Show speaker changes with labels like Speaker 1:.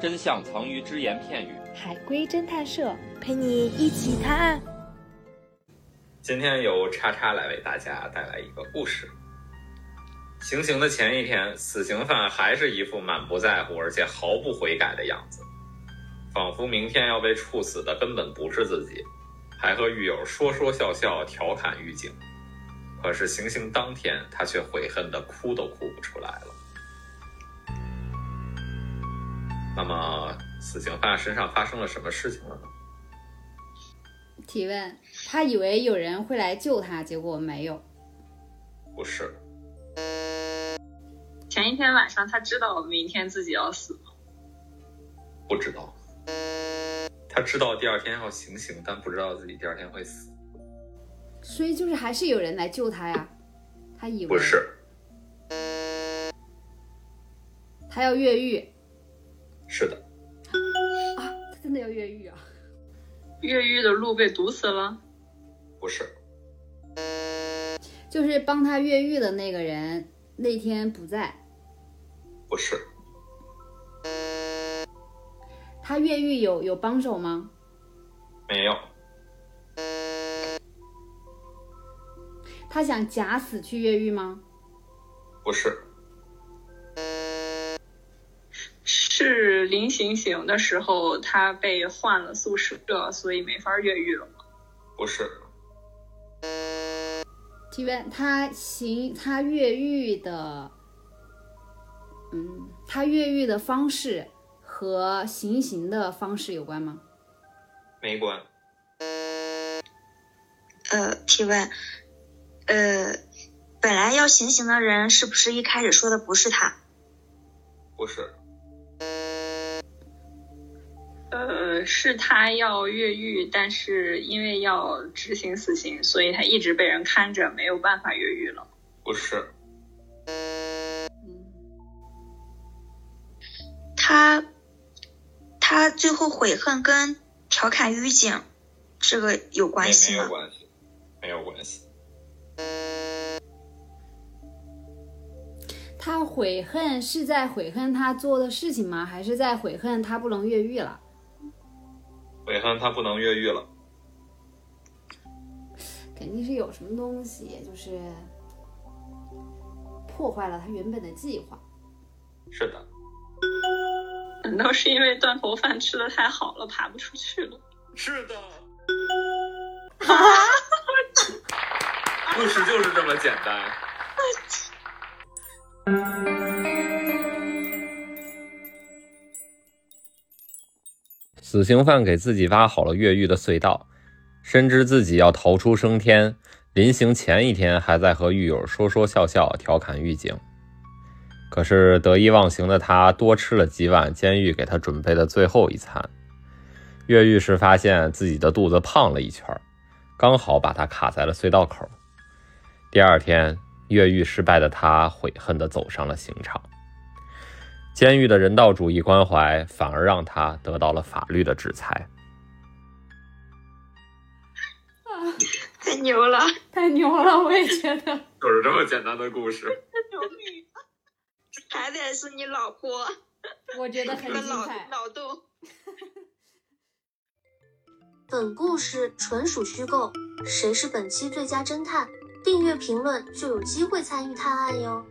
Speaker 1: 真相藏于只言片语。
Speaker 2: 海龟侦探社陪你一起探案。
Speaker 3: 今天由叉叉来为大家带来一个故事。行刑的前一天，死刑犯还是一副满不在乎而且毫不悔改的样子，仿佛明天要被处死的根本不是自己，还和狱友说说笑笑调侃狱警。可是行刑当天，他却悔恨的哭都哭不出来了。那么，死刑犯身上发生了什么事情了呢？
Speaker 4: 提问：他以为有人会来救他，结果没有。
Speaker 3: 不是，
Speaker 5: 前一天晚上他知道明天自己要死吗？
Speaker 3: 不知道。他知道第二天要行刑，但不知道自己第二天会死。
Speaker 4: 所以就是还是有人来救他呀。他以为
Speaker 3: 不是，
Speaker 4: 他要越狱
Speaker 3: 是的，
Speaker 4: 啊，他真的要越狱啊！
Speaker 5: 越狱的路被堵死了，
Speaker 3: 不是，
Speaker 4: 就是帮他越狱的那个人那天不在，
Speaker 3: 不是，
Speaker 4: 他越狱有有帮手吗？
Speaker 3: 没有，
Speaker 4: 他想假死去越狱吗？
Speaker 3: 不是，
Speaker 5: 是临行刑的时候他被换了宿舍，所以没法越狱了吗？
Speaker 3: 不是，
Speaker 4: 提问：他行他越狱的，嗯，他越狱的方式和行刑的方式有关吗？
Speaker 3: 没关，
Speaker 6: 呃，提问，呃，本来要行刑的人是不是一开始说的不是他？
Speaker 3: 不是，
Speaker 5: 呃，是他要越狱，但是因为要执行死刑，所以他一直被人看着，没有办法越狱了。
Speaker 3: 不是，
Speaker 6: 他他最后悔恨跟调侃狱警这个有关
Speaker 3: 没
Speaker 6: 系
Speaker 3: 没有
Speaker 6: 吗？
Speaker 3: 关系，没有关系，
Speaker 4: 他悔恨是在悔恨他做的事情吗？还是在悔恨他不能越狱了？
Speaker 3: 悔恨他不能越狱了。
Speaker 4: 肯定是有什么东西就是破坏了他原本的计划。
Speaker 3: 是的，
Speaker 5: 难道是因为断头饭吃的太好了，爬不出去了？
Speaker 3: 是的。故事就是这么简单。死刑犯给自己挖好了越狱的隧道，深知自己要逃出升天。临行前一天，还在和狱友说说笑笑，调侃狱警。可是得意忘形的他，多吃了几碗监狱给他准备的最后一餐。越狱时发现自己的肚子胖了一圈儿，刚好把他卡在了隧道口。第二天，越狱失败的他悔恨地走上了刑场。监狱的人道主义关怀反而让他得到了法律的制裁。
Speaker 6: 太牛了！
Speaker 4: 太牛了，我也觉得。
Speaker 3: 就是这么简单的故事。
Speaker 6: 还得是你老婆，
Speaker 4: 我觉得很
Speaker 6: 你的
Speaker 4: 精
Speaker 6: 脑
Speaker 4: 彩。
Speaker 6: 脑洞。
Speaker 7: 本故事纯属虚构，谁是本期最佳侦探？订阅评论就有机会参与探案哟。